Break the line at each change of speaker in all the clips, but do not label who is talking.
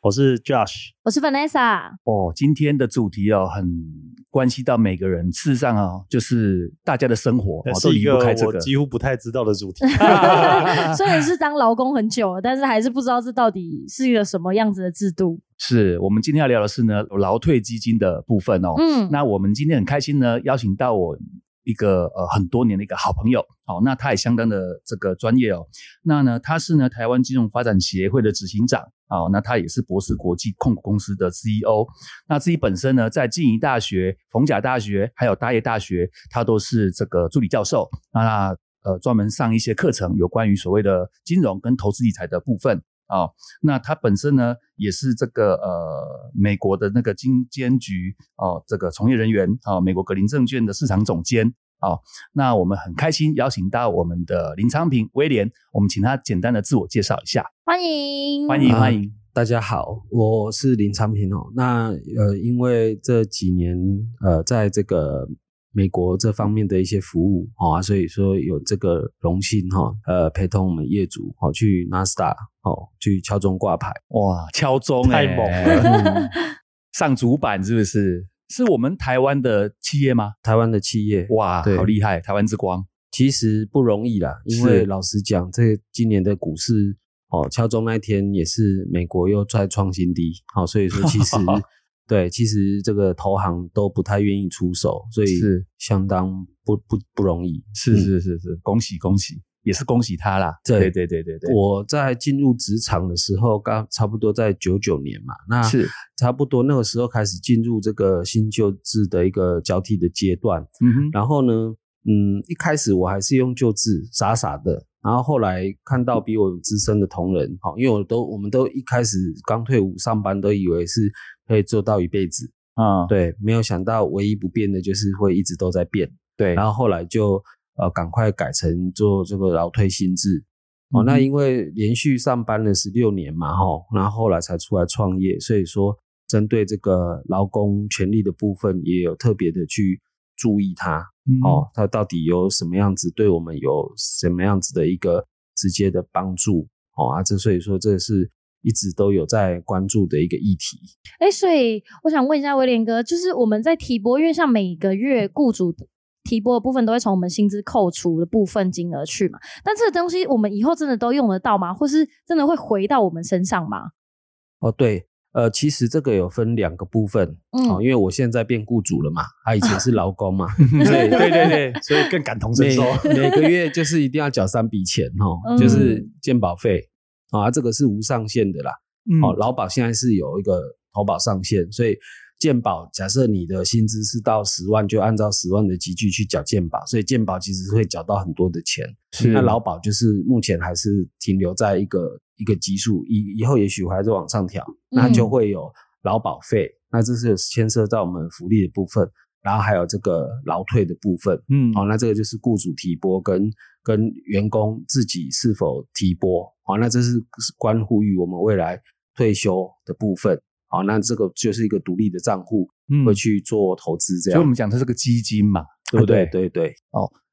我是 Josh。
我是 Vanessa，
哦，今天的主题哦，很关系到每个人。事实上哦，就是大家的生活哦，都
是一
离
个
不开这
我
个。
几乎不太知道的主题，
虽然是当劳工很久了，但是还是不知道这到底是一个什么样子的制度。
是我们今天要聊的是呢，劳退基金的部分哦。
嗯，
那我们今天很开心呢，邀请到我一个呃很多年的一个好朋友，好、那他也相当的这个专业哦。那呢，他是呢台湾金融发展协会的执行长，哦，那他也是博思国际控股公司的 CEO。那自己本身呢，在静宜大学、逢甲大学还有大业大学，他都是这个助理教授。那呃，专门上一些课程，有关于所谓的金融跟投资理财的部分。哦，那他本身呢也是这个呃美国的那个金监局哦，这个从业人员哦，美国格林证券的市场总监哦。那我们很开心邀请到我们的林昌平威廉，我们请他简单的自我介绍一下，
欢迎，
欢迎
啊
欢迎。
大家好，我是林昌平哦。那呃，因为这几年呃，在这个美国这方面的一些服务哦啊，所以说有这个荣幸哈、哦，呃，陪同我们业主哦去纳斯达哦去敲钟挂牌。
哇，敲钟、
太
欸
猛了
嗯上主板是不是？是我们台湾的企业吗？
台湾的企业
哇，
对
好厉害，台湾之光。
其实不容易啦，因
是
为老实讲，这今年的股市哦，敲钟那天也是美国又再创新低，好、所以说其 实对，其实这个投行都不太愿意出手，所以
是
相当不不不容易。
是是是是，嗯恭喜恭喜，也是恭喜他啦。
对
对对对对对，
我在进入职场的时候，刚差不多在九九年嘛，那
是
差不多那个时候开始进入这个新旧制的一个交替的阶段。
嗯哼，
然后呢，嗯，一开始我还是用旧字，傻傻的。然后后来看到比我资深的同仁，好，因为我都我们都一开始刚退伍上班都以为是可以做到一辈子，
啊
对，没有想到唯一不变的就是会一直都在变。
对，
然后后来就呃赶快改成做这个劳退新制。哦，那
嗯哼
因为连续上班了十六年嘛，哈，然后后来才出来创业，所以说针对这个劳工权利的部分，也有特别的去注意它。
嗯
哦，它到底有什么样子，对我们有什么样子的一个直接的帮助哦啊，这所以说这是一直都有在关注的一个议题。
哎，所以我想问一下威廉哥，就是我们在提拨，因为像每个月雇主提拨的部分都会从我们薪资扣除的部分金额去嘛，但这个东西我们以后真的都用得到吗？或是真的会回到我们身上吗？
哦，对，呃，其实这个有分两个部分
嗯
哦，因为我现在变雇主了嘛，他、以前是劳工嘛，
嗯对对对对，所以更感同身
每
受。
每个月就是一定要缴三笔钱哦，就是健保费、哦啊，这个是无上限的啦。
嗯
哦，劳保现在是有一个投保上限，所以健保假设你的薪资是到十万，就按照十万的集聚去缴健保，所以健保其实会缴到很多的钱。
是
那劳保就是目前还是停留在一个一个基数，以以后也许还是往上调，那
嗯
就会有劳保费，那这是有牵涉到我们福利的部分，然后还有这个劳退的部分。
嗯
哦，那这个就是雇主提拨跟跟员工自己是否提拨，哦，那这是是关乎于我们未来退休的部分，哦，那这个就是一个独立的账户
嗯
会去做投资，这
所以我
样
们讲它是个基金嘛，
对
对
不
不
对？
对？
对对，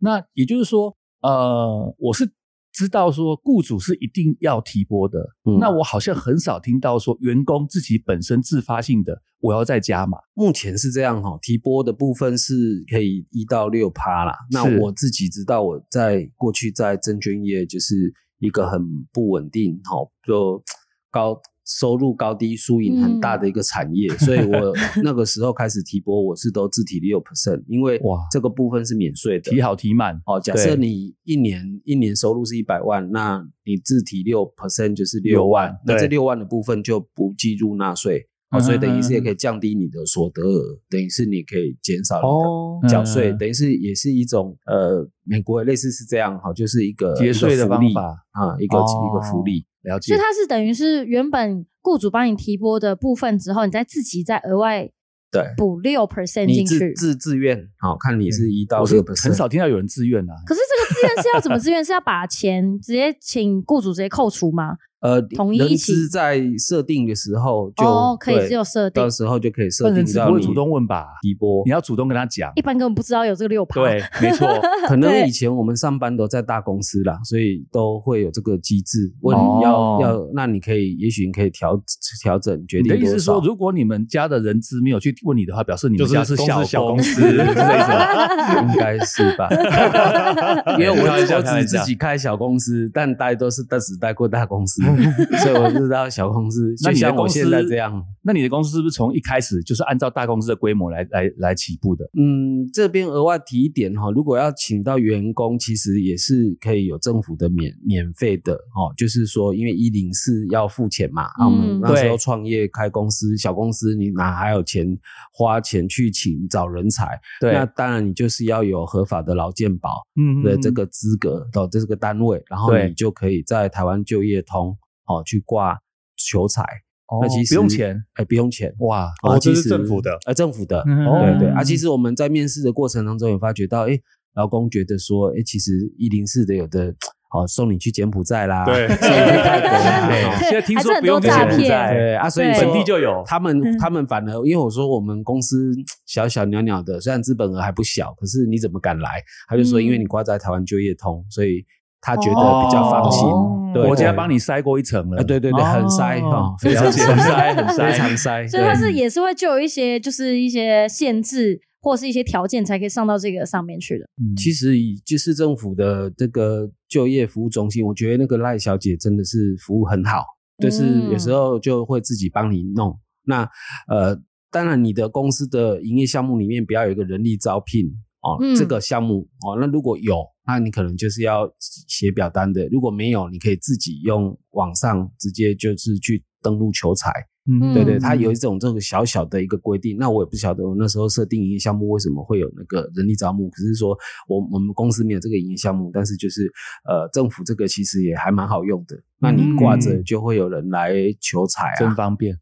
那也就是说，呃，我是知道说雇主是一定要提拨的，
嗯
那我好像很少听到说员工自己本身自发性的我要再加码，
目前是这样哈、哦，提拨的部分是可以一到六趴啦。那
是
我自己知道，我在过去在证券业就是一个很不稳定，哈、哦，就高收入高低输赢很大的一个产业，所以我那个时候开始提拨，我是都自提六 percent，因为
哇
这个部分是免税的。
提好提满，
哦，假设
对
你一年一年收入是一百万，那你自提六 percent 就是
6
六
万
万，那这
对
六万的部分就不计入纳税，
嗯
哦，所以等于
嗯
是
嗯
也可以降低你的所得额，等于是你可以减少你
哦
的缴税，
嗯
等于是也是一种呃，美国类似是这样哈，就是一个
节税的
一个福利
方法
啊，一个
哦
一个福利，了
所以它是等于是原本雇主帮你提拨的部分之后，你再自己再额外
对
补六 percent
你
进
自
去。
自自愿，好看你是一到
我是
六 p
很少听到有人自愿啊。
可是这个自愿是要怎么自愿？是 要把钱直接请雇主直接扣除吗？
呃，
统一一
人
起
资在设定的时候就
哦，可以
对
只有设定
到，时候就可以设
但
定
人资
到
不会
你
主动问吧？
提拨
你。要主动跟他讲
一。般根本不知道有这个六趴。
对，没 错。
可能
对
以前我们上班都在大公司啦，所以都会有这个机制，问
哦
你要、要，那你可以，也许你可以调调整决
你
定
的意
多
思是
少
说，。如果你们家的人资没有去问你的话，表示你们
就是
家是
公司小
公
公
司，
司
是这 意思吗？
应该是吧，因为我
开玩笑
我
开玩
只
笑
自己开小公司，但待都是但只待过大 公司，所以我知道小公司
那
就
你的
像我
公司
现在这样。
那你的公司是不是从一开始就是按照大公司的规模来来来起步的？
嗯，这边额外提一点哈、如果要请到员工，其实也是可以有政府的免免费的哦，就是说，因为一零四要付钱嘛，啊，我
嗯
们那时候
对
创业开公司，小公司你哪还有钱花钱去请找人才？
对，
那当然你就是要有合法的劳健保
嗯
的这个资格到、哦、这个单位，然后
对
你就可以在台湾就业通哦去挂求财，
哦
那其实
不用钱
哎，不用钱。
哇，
啊
哦这是
其实
政府的
呃，政府的，
嗯
对对
哦
啊。其实我们在面试的过程当中也发觉到，哎，劳工觉得说，哎，其实一零四的有的，哦，送你去柬埔寨啦，
对
送你去泰 国 啦，
现在听说不用
还是很多诈
钱
骗
在
哦对啊，所以
对嗯
说
本地就有
他们，他们反而因为我说我们公司小小袅袅的，虽然资本额还不小，可是你怎么敢来？他就说，
嗯
因为你挂在台湾就业通，所以他觉得比较放心。
嗯
哦
嗯对
国家帮你筛过一层了。
啊，对对对，很塞哈，非常
了解，很塞，很
非
塞。
常塞，
哦所以它
对
是也是会就有一些就是一些限制或是一些条件才可以上到这个上面去的。
嗯
其实以就市政府的这个就业服务中心，我觉得那个赖小姐真的是服务很好，就是有时候就会自己帮你弄。那呃，当然你的公司的营业项目里面不要有一个人力招聘哦，
嗯
这个项目哦，那如果有，那你可能就是要写表单的；如果没有，你可以自己用网上直接就是去登录求财。
嗯
对对，
嗯
它有一种这个小小的一个规定，那我也不晓得我那时候设定营业项目为什么会有那个人力招募，可是说我我们公司没有这个营业项目，但是就是呃政府这个其实也还蛮好用的，那你
嗯
挂着就会有人来求财
真
啊。
方便。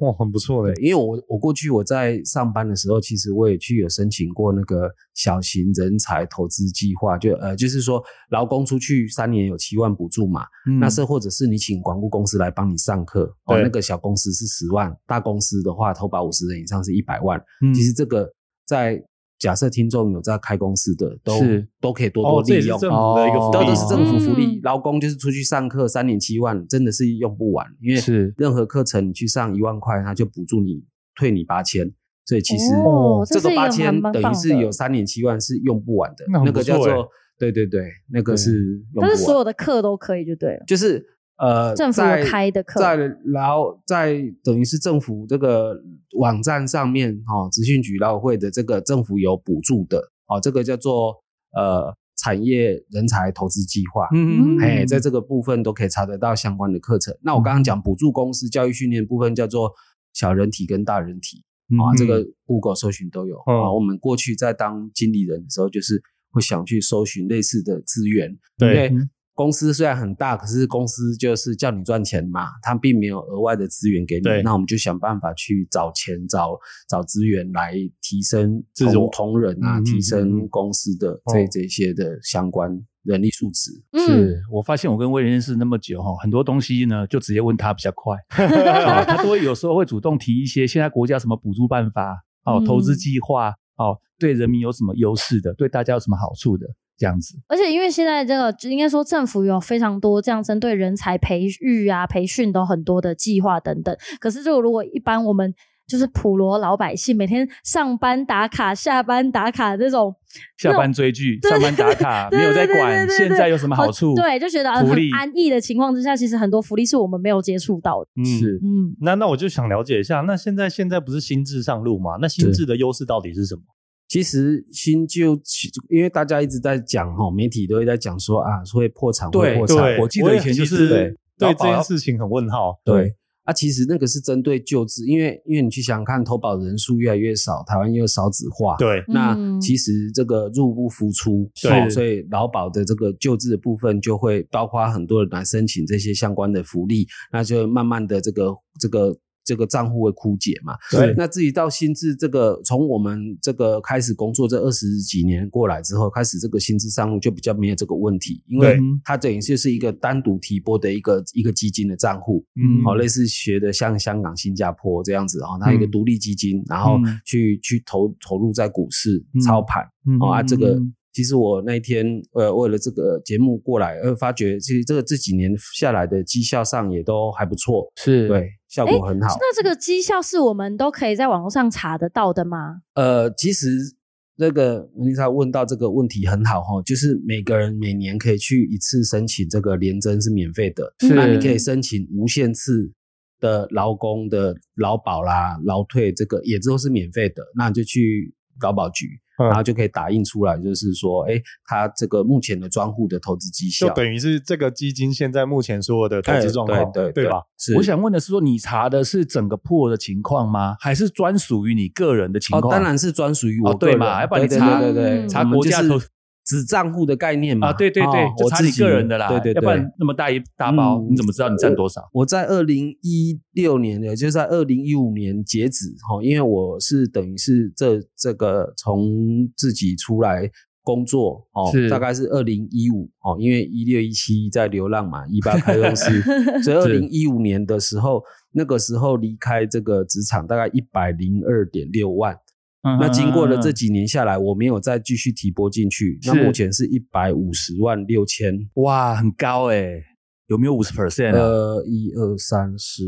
哇，很不错嘞
对，。因为我我过去我在上班的时候，其实我也去有申请过那个小型人才投资计划，就呃就是说劳工出去三年有七万补助嘛，嗯
嗯
那是或者是你请管顾公司来帮你上课，哦，
嗯对
那个小公司是十万，大公司的话投保五十人以上是一百万。
嗯
其实这个在假设听众有在开公司的，都
是
都可以多多
哦，这也
利
是
用。
政府的一个福
哦
都
利，
都是政府福利
嗯，
劳工就是出去上课三年七万，真的是用不完，因为
是
任何课程你去上一万块，他就补助你退你八千，所以其实
哦这
这
是一
个
个
八千
蛮
等
棒
于
的
是有三年七万是用不完的
那，很
那
不
个叫
错欸
做对对对，那个
对
是用不
但
完。
是所有的课都可以就对了。
就是呃，
政府有
在
开的课
在劳在等于是政府这个网站上面哈，资、讯局劳委会的这个政府有补助的哦，这个叫做呃产业人才投资计划。
嗯
哎、在这个部分都可以查得到相关的课程。那我刚刚讲补助公司教育训练部分叫做小人体跟大人体
嗯
啊、这个 Google 搜寻都有啊、
嗯
哦
我们过去在当经理人的时候，就是会想去搜寻类似的资源，因
对
为公司虽然很大，可是公司就是叫你赚钱嘛，它并没有额外的资源给你
对。
那我们就想办法去找钱、找找资源来提升
自
同
我
同仁啊，
嗯嗯
提
嗯
升
嗯
公司的这、
哦
这些的相关人力素质。
嗯，
是我发现我跟威廉认识那么久哈，很多东西呢就直接问他比较 快，哦他都会有时候会主动提一些现在国家什么补助办法哦
嗯，
投资计划哦，对人民有什么优势的，对大家有什么好处的这样子。
而且因为现在这个就应该说政府有非常多这样针对人才培育啊、培训都很多的计划等等。可是这个如果一般我们就是普罗老百姓每天上班打卡、下班打卡这种，
下班追剧，
对
上班 打卡，
对
没有在
对对
管
对对
现在有什么好处，
对，就觉得啊
福
很
利
安逸的情况之下，其实很多福利是我们没有接触到的。
嗯。
是
嗯，
那那我就想了解一下，那现在现在不是新制上路吗？那新制的优势到底是什么？
其实新旧，因为大家一直在讲哈，媒体都会在讲说啊，会破产，会
对
破
对
产，
我记得以前就是
对
老
对
保
这件事情很问号。
对，啊，其实那个是针对救治，因为因为你去想想看，投保人数越来越少，台湾又少子化，
对，
那
嗯
其实这个入不敷出，
是
哦所以劳保的这个救治的部分就会包括很多人来申请这些相关的福利，那就慢慢的这个这个这个账户会枯竭嘛。
对
那至于到薪资这个，从我们这个开始工作这二十几年过来之后，开始这个薪资上路就比较没有这个问题，因为
对
它等于就是一个单独提拨的一个一个基金的账户，
嗯
好、类似学的像香港、新加坡这样子哦，它有一个
嗯
独立基金，然后
嗯
去去投投入在股市
嗯
操盘
嗯
哦啊，这个
嗯
其实我那一天呃为了这个节目过来，呃发觉其实这个这几年下来的绩效上也都还不错，
是，
对，效果很好。
那这个绩效是我们都可以在网络上查得到的吗？
呃，其实那个丽莎问到这个问题很好哈、哦，就是每个人每年可以去一次申请这个联征是免费的，
是
那你可以申请无限次的劳工的劳保啦、劳退，这个也都是免费的。那你就去劳保局，
嗯
然后就可以打印出来，就是说，哎，他这个目前的专户的投资绩
就
效，
等于是这个基金现在目前所有的投
哎
资状况，
对对
对吧？？
是，
我想问的是说，你查的是整个破的情况吗？还是专属于你个人的情
哦，
况？
当然是专属于我
哦对嘛要不
把
然你查
对对对
嗯
对，
查
我们
国家
就
投
是子账户的概念嘛
啊，对对对
哦，
就
我
查
自
你
己
个人的啦，
对对
要
对，
不然那么大一大包，
嗯
你怎么知道你占多少？
我在二零一六年，也就是在二零一五年截止哈，因为我是等于是这这个从自己出来工作哦
是，
大概是二零一五哦，因为一六一七在流浪嘛，一八开 公司，所以二零一五年的时候，那个时候离开这个职场大概一百零二点六万。
啊嗯
那经过了这几年下来，我没有再继续提拨进去，那
是
目前是一百五十万六千，
哇，很高哎，有没有五十 percent 啊？
呃，一二三四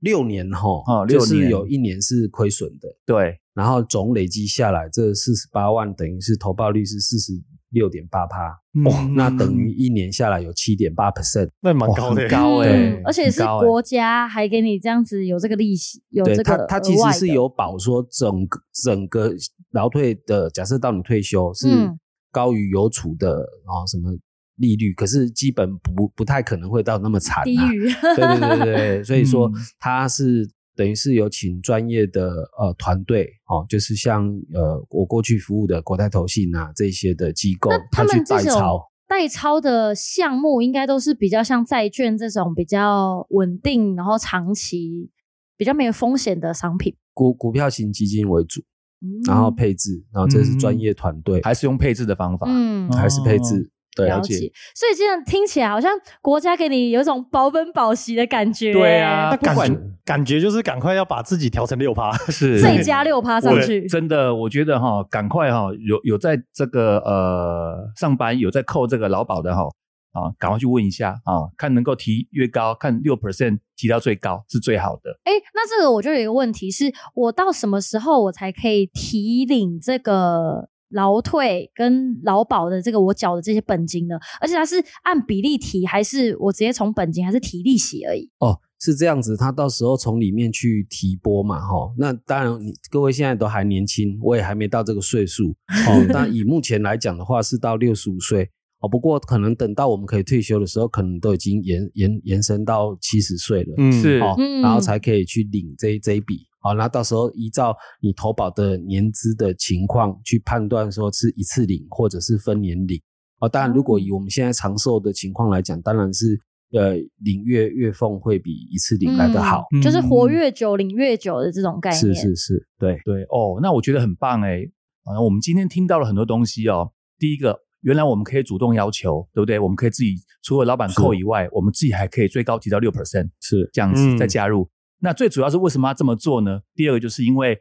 六年哈，
哦
就
六
是
年
有一年是亏损的，
对，
然后总累积下来这四十八万，等于是投报率是四十六点八趴，哦，
嗯
那等于一年下来有七点八 percent，
那蛮高的
很，高哎、
嗯而且是
很高欸
国家还给你这样子有这个利息，有
对
这
它
个
它其
额
实
外
是
的
有保说整个整个劳退的，假设到你退休是
嗯
高于有储的哦什么利率，可是基本不不太可能会到那么惨、啊，
低于
对对对对，所以说
嗯
他是等于是有请专业的呃团队哦，就是像呃我过去服务的国泰投信啊这些的机构，
他
去
们
代
这种
操。
代操的项目，应该都是比较像债券这种比较稳定，然后长期比较没有风险的商品。
股股票型基金为主，
嗯
然后配置，然后这是专业团队，
还是用配置的方法。
嗯
哦
还是配置，对，
了解，所以这样听起来好像国家给你有一种保本保息的感觉。
对啊
那
不
感觉
管
感觉就是赶快要把自己调成六趴，
是
再加六趴上
我
去，
真的，我觉得哈、赶快哈、有有在这个呃上班有在扣这个劳保的哈、啊，赶快去问一下啊，看能够提越高，看六 percent 提到最高是最好的。
哎，那这个我就有一个问题是，我到什么时候我才可以提领这个劳退跟劳保的这个我缴的这些本金呢？而且它是按比例提，还是我直接从本金，还是提利息而已？
哦，是这样子，他到时候从里面去提拨嘛，哈、那当然你，各位现在都还年轻，我也还没到这个岁数，哦。那以目前来讲的话，是到六十五岁。哦，不过可能等到我们可以退休的时候，可能都已经延延延伸到七十岁了，
嗯
是
哦，
嗯
然后才可以去领这一这一笔。哦，那到时候依照你投保的年资的情况去判断，说是一次领或者是分年领。哦，当然，如果以我们现在长寿的情况来讲，当然是呃领月月俸会比一次领来的好。
嗯就是活
嗯
越久领越久的这种概
是
念。
是是，对，
对哦，那我觉得很棒哎。啊，我们今天听到了很多东西哦。第一个，原来我们可以主动要求，对不对？我们可以自己除了老板扣
是
以外，我们自己还可以最高提到六 percent
是
这样子
嗯
再加入。那最主要是为什么要这么做呢？第二个就是因为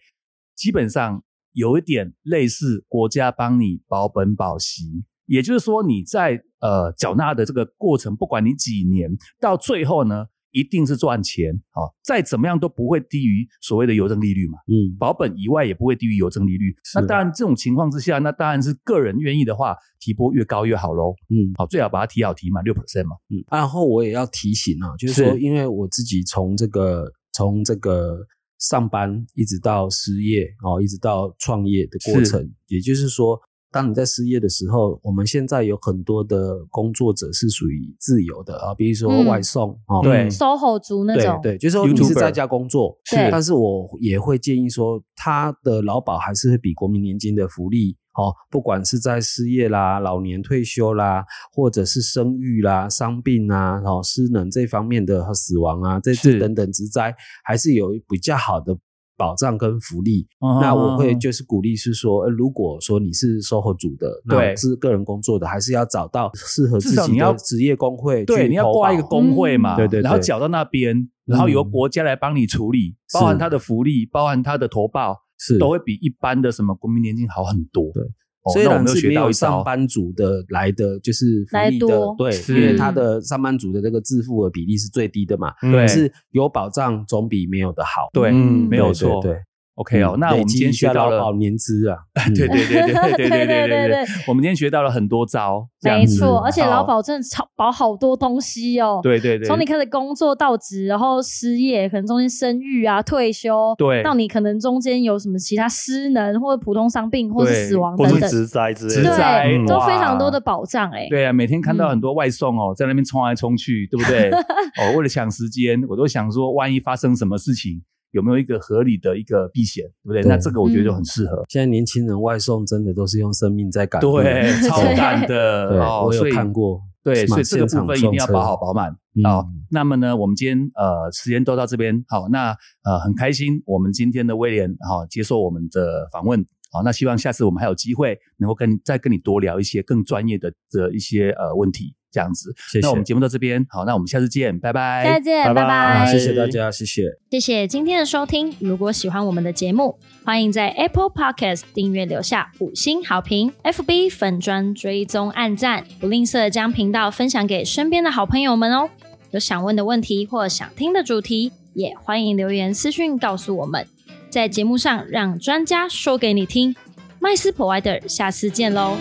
基本上有一点类似国家帮你保本保息，也就是说你在呃缴纳的这个过程，不管你几年，到最后呢。一定是赚钱哦，再怎么样都不会低于所谓的邮政利率嘛。
嗯，
保本以外也不会低于邮政利率。
是
那当然，这种情况之下，那当然是个人愿意的话，提拨越高越好喽。
嗯，
好，最好把它提好提满六 percent 嘛。
嗯然后我也要提醒啊，就是说，
是
因为我自己从这个从这个上班一直到失业哦，一直到创业的过程，也就是说，当你在失业的时候，我们现在有很多的工作者是属于自由的啊，比如说
嗯
外送哦，
对
，SOHO 族那种，
对对，就是说你是
YouTuber
在家工作，
哦是对
但是我也会建议说，他的劳保还是会比国民年金的福利哦，不管是在失业啦、老年退休啦，或者是生育啦、伤病啊、然、后失能这方面的和死亡啊，这
是
等等之灾，还是有比较好的。保障跟福利，那我
哦
会就是鼓励是说，呃如果说你是 SOHO 组的，那
对
是个人工作的，还是要找到适合自
至少
己
你要
的职业工会去投保，
对，你要挂一个工会嘛，
嗯对对对
然后缴到那边，然后由国家来帮你处理，包含他的福利，包含他的投报，
是
都会比一般的什么国民年金好很多。
对
哦，
虽
那我
然
没有
是
学
没
到
有
一
上
招，
班族的来的就是福
来
利的
多，
对，
是
因为他的上班族的这个自付额比例是最低的嘛，
对
但是有保障总比没有的好。
对，
嗯
没有错。
对对对
OK 哦，
嗯
那我们今天学到
累积一下劳
了
保，年资啊，嗯
对对对对对对对对
对
对
对
对，我们今天学到了很多招，这样
没
子
错，而且劳
好
保真的超保好多东西哦，
对对对，
从你开始工作到职，然后失业，可能中间生育啊、退休，
对
到你可能中间有什么其他失能或者普通伤病或者
对
死亡
或
等
是
等，
植栽之类
植
的，
栽
对，
嗯
都
哇
非常多的保障哎、
对啊，每天看到
嗯
很多外送哦，在那边冲来冲去，对不对？哦，为了抢时间，我都想说，万一发生什么事情，有没有一个合理的一个避险，对不对？
对
那这个我觉得就
嗯
很适合，啊
现在年轻人外送真的都是用生命在赶嗯路。
对， 超
对
赞的
对
哦，
我有
所以
看过
对，
是吗
所以这个
现
部
场
分一定要
撞车
把好饱满。
嗯
好、那么呢，我们今天呃时间都到这边，好，那呃很开心，我们今天的威廉好、接受我们的访问，好，那希望下次我们还有机会能够跟再跟你多聊一些更专业的的一些呃问题，这样子。
谢谢
那我们节目到这边，好，那我们下次见，拜拜，
再见，
拜拜
啊，
拜
谢谢大家，谢谢。
谢谢今天的收听。如果喜欢我们的节目，欢迎在 Apple Podcast 订阅留下五星好评，FB 粉砖追踪按赞，不吝啬将频道分享给身边的好朋友们哦。有想问的问题或想听的主题，也欢迎留言私讯告诉我们，在节目上让专家说给你听。麦斯 Provider，下次见喽。